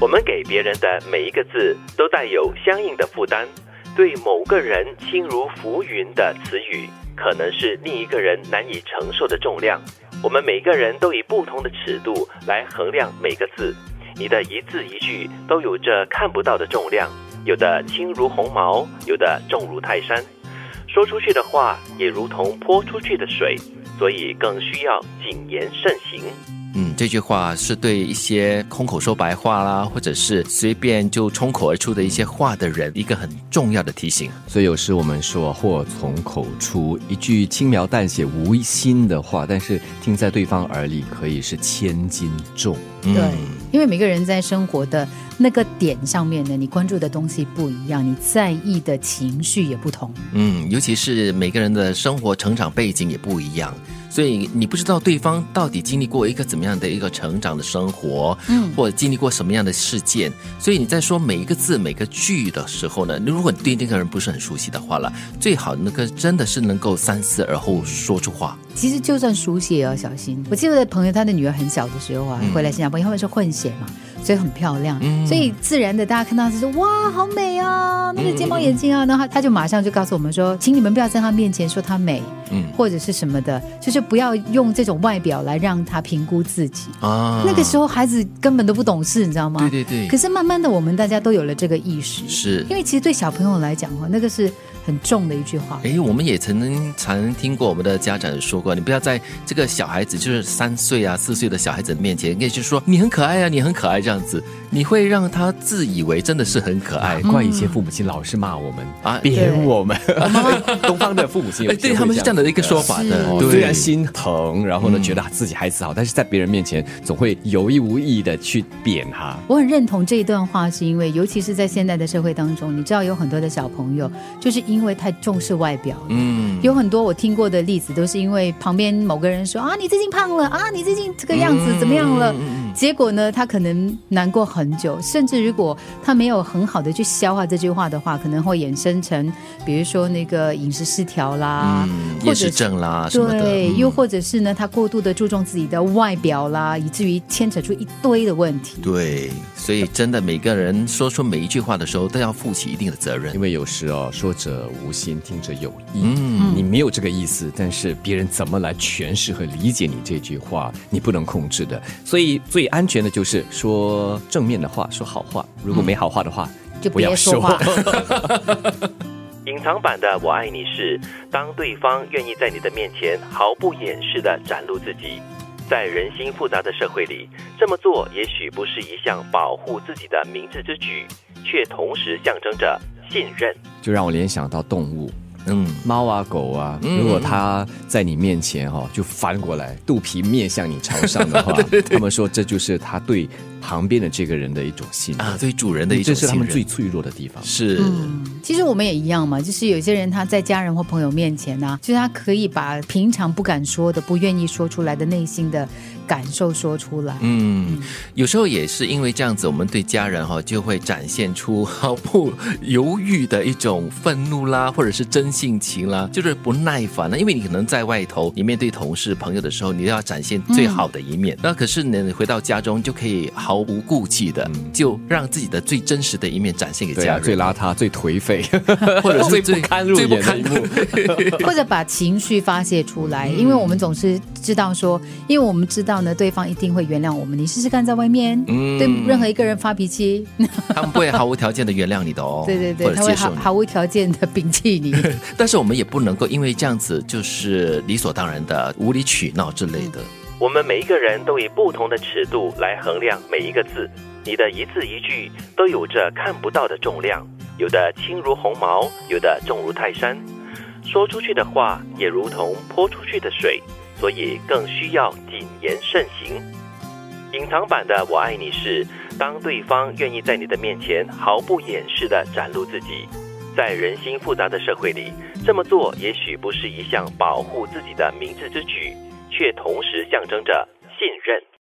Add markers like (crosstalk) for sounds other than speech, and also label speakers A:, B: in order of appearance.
A: 我们给别人的每一个字都带有相应的负担，对某个人轻如浮云的词语，可能是另一个人难以承受的重量。我们每个人都以不同的尺度来衡量每个字，你的一字一句都有着看不到的重量，有的轻如鸿毛，有的重如泰山。说出去的话也如同泼出去的水，所以更需要谨言慎行。
B: 嗯，这句话是对一些空口说白话啦，或者是随便就冲口而出的一些话的人一个很重要的提醒。
C: 所以有时我们说祸从口出，一句轻描淡写、无心的话，但是听在对方耳里可以是千斤重。
B: 嗯
D: 对，因为每个人在生活的那个点上面呢，你关注的东西不一样，你在意的情绪也不同。
B: 嗯，尤其是每个人的生活成长背景也不一样，所以你不知道对方到底经历过一个怎么样的一个成长的生活，
D: 嗯
B: 或者经历过什么样的事件，所以你在说每一个字每个句的时候呢，如果你对那个人不是很熟悉的话了，最好那个真的是能够三思而后说出话。
D: 其实就算书写也要小心。我记得朋友他的女儿很小的时候啊，
B: 嗯
D: 回来新加坡，因为他们是混血嘛，所以很漂亮，
B: 嗯
D: 所以自然的大家看到她说哇好美啊，那个睫毛眼睛
B: 嗯
D: 啊，然后她她就马上就告诉我们说，请你们不要在她面前说她美，
B: 嗯
D: 或者是什么的，就是不要用这种外表来让她评估自己。
B: 啊，
D: 那个时候孩子根本都不懂事，你知道吗？
B: 对对对，
D: 可是慢慢的，我们大家都有了这个意识，
B: 是
D: 因为其实对小朋友来讲哈，那个是很重的一句话。
B: 诶，我们也曾经常听过我们的家长说过，你不要在这个小孩子，就是三岁啊、四岁的小孩子面前，跟就说你很可爱啊，你很可爱这样子，你会让他自以为真的是很可爱
C: 难。怪以前父母亲老是骂我们
B: 啊
C: 贬我们， (laughs) 东方的父母亲有
B: 哎，
C: 些
B: (laughs)
C: 会
B: 对他们是这样的一个说法
D: 是
B: 的，
C: 哦
B: 对，
C: 虽然心疼，然后呢，
B: 嗯
C: 觉得自己孩子好，但是在别人面前总会有意无意的去贬他。
D: 我很认同这一段话，是因为尤其是在现代的社会当中，你知道有很多的小朋友就是因为太重视外表了。
B: 嗯，
D: 有很多我听过的例子，都是因为旁边某个人说啊，你最近胖了啊，你最近这个样子怎么样了？
B: 嗯
D: 结果呢，他可能难过很久，甚至如果他没有很好的去消化这句话的话，可能会衍生成，比如说那个饮食失调啦，
B: 嗯，
D: 或
B: 也
D: 者
B: 是
D: 是
B: 正啦什么的，
D: 对，
B: 嗯
D: 又或者是呢，他过度的注重自己的外表啦，以至于牵扯出一堆的问题。
B: 对，所以真的每个人说出每一句话的时候，都要负起一定的责任
C: 因。为有时哦，说者无心，听者有意。
B: 嗯
C: 你没有这个意思，但是别人怎么来诠释和理解你这句话，你不能控制的。所以最安全的就是说正面的话，说好话。如果没好话的话，
D: 嗯就
C: 不要
D: 别说话。
A: 隐藏版的“我爱你是”当对方愿意在你的面前毫不掩饰地展露自己，在人心复杂的社会里，这么做也许不是一项保护自己的明智之举，却同时象征着信任。
C: 就让我联想到动物，
B: 嗯，
C: 猫啊狗啊，
B: 嗯
C: 如果它在你面前哈、哦，就翻过来，肚皮面向你朝上
D: (laughs)
C: 的话，他们说这就是它对旁边的这个人的一种信任
B: 啊，对主人的一种
C: 这是他们
B: 信
C: 最
B: 任
C: 脆弱的地方。
B: 是。
D: 嗯， (laughs) 其实我们也一样嘛，就是有些人他在家人或朋友面前呢、就是他可以把平常不敢说的、不愿意说出来的内心的感受说出来。
B: 嗯，有时候也是因为这样子，我们对家人哈、就会展现出 (laughs) 毫不犹豫的一种愤怒啦，或者是真性情啦，就是不耐烦啦。因为你可能在外头，你面对同事、朋友的时候，你要展现最好的一面。
C: 嗯
B: 那可是呢，你回到家中就可以毫无顾忌的，就让自己的最真实的一面展现给
C: 嗯对
B: 家
C: 啊，
B: 人， (laughs)
C: 最邋遢、最颓废，
B: 或者是
C: 最不堪入
B: 最不
C: 眼的
B: 堪
C: 一幕。
D: (laughs) 或者把情绪发泄出来，
B: 嗯
D: 因为我们总是知道说，因为我们知道呢，对方一定会原谅我们。你试试看，在外面、
B: 嗯
D: 对任何一个人发脾气，
B: (laughs)
D: (laughs)
B: 他们不会毫无条件的原谅你的哦，
D: 对对
B: 或者
D: 对，他会
B: 接受
D: 毫
B: 你。
D: 毫无条件的摒弃你。
B: 但是我们也不能够因为这样子就是理所当然的无理取闹之类的。
A: 我们每一个人都以不同的尺度来衡量每一个字，你的一字一句都有着看不到的重量，有的轻如鸿毛，有的重如泰山。说出去的话也如同泼出去的水，所以更需要谨言慎行。隐藏版的“我爱你是”，当对方愿意在你的面前毫不掩饰地展露自己，在人心复杂的社会里，这么做也许不是一项保护自己的明智之举，却同时象征着信任。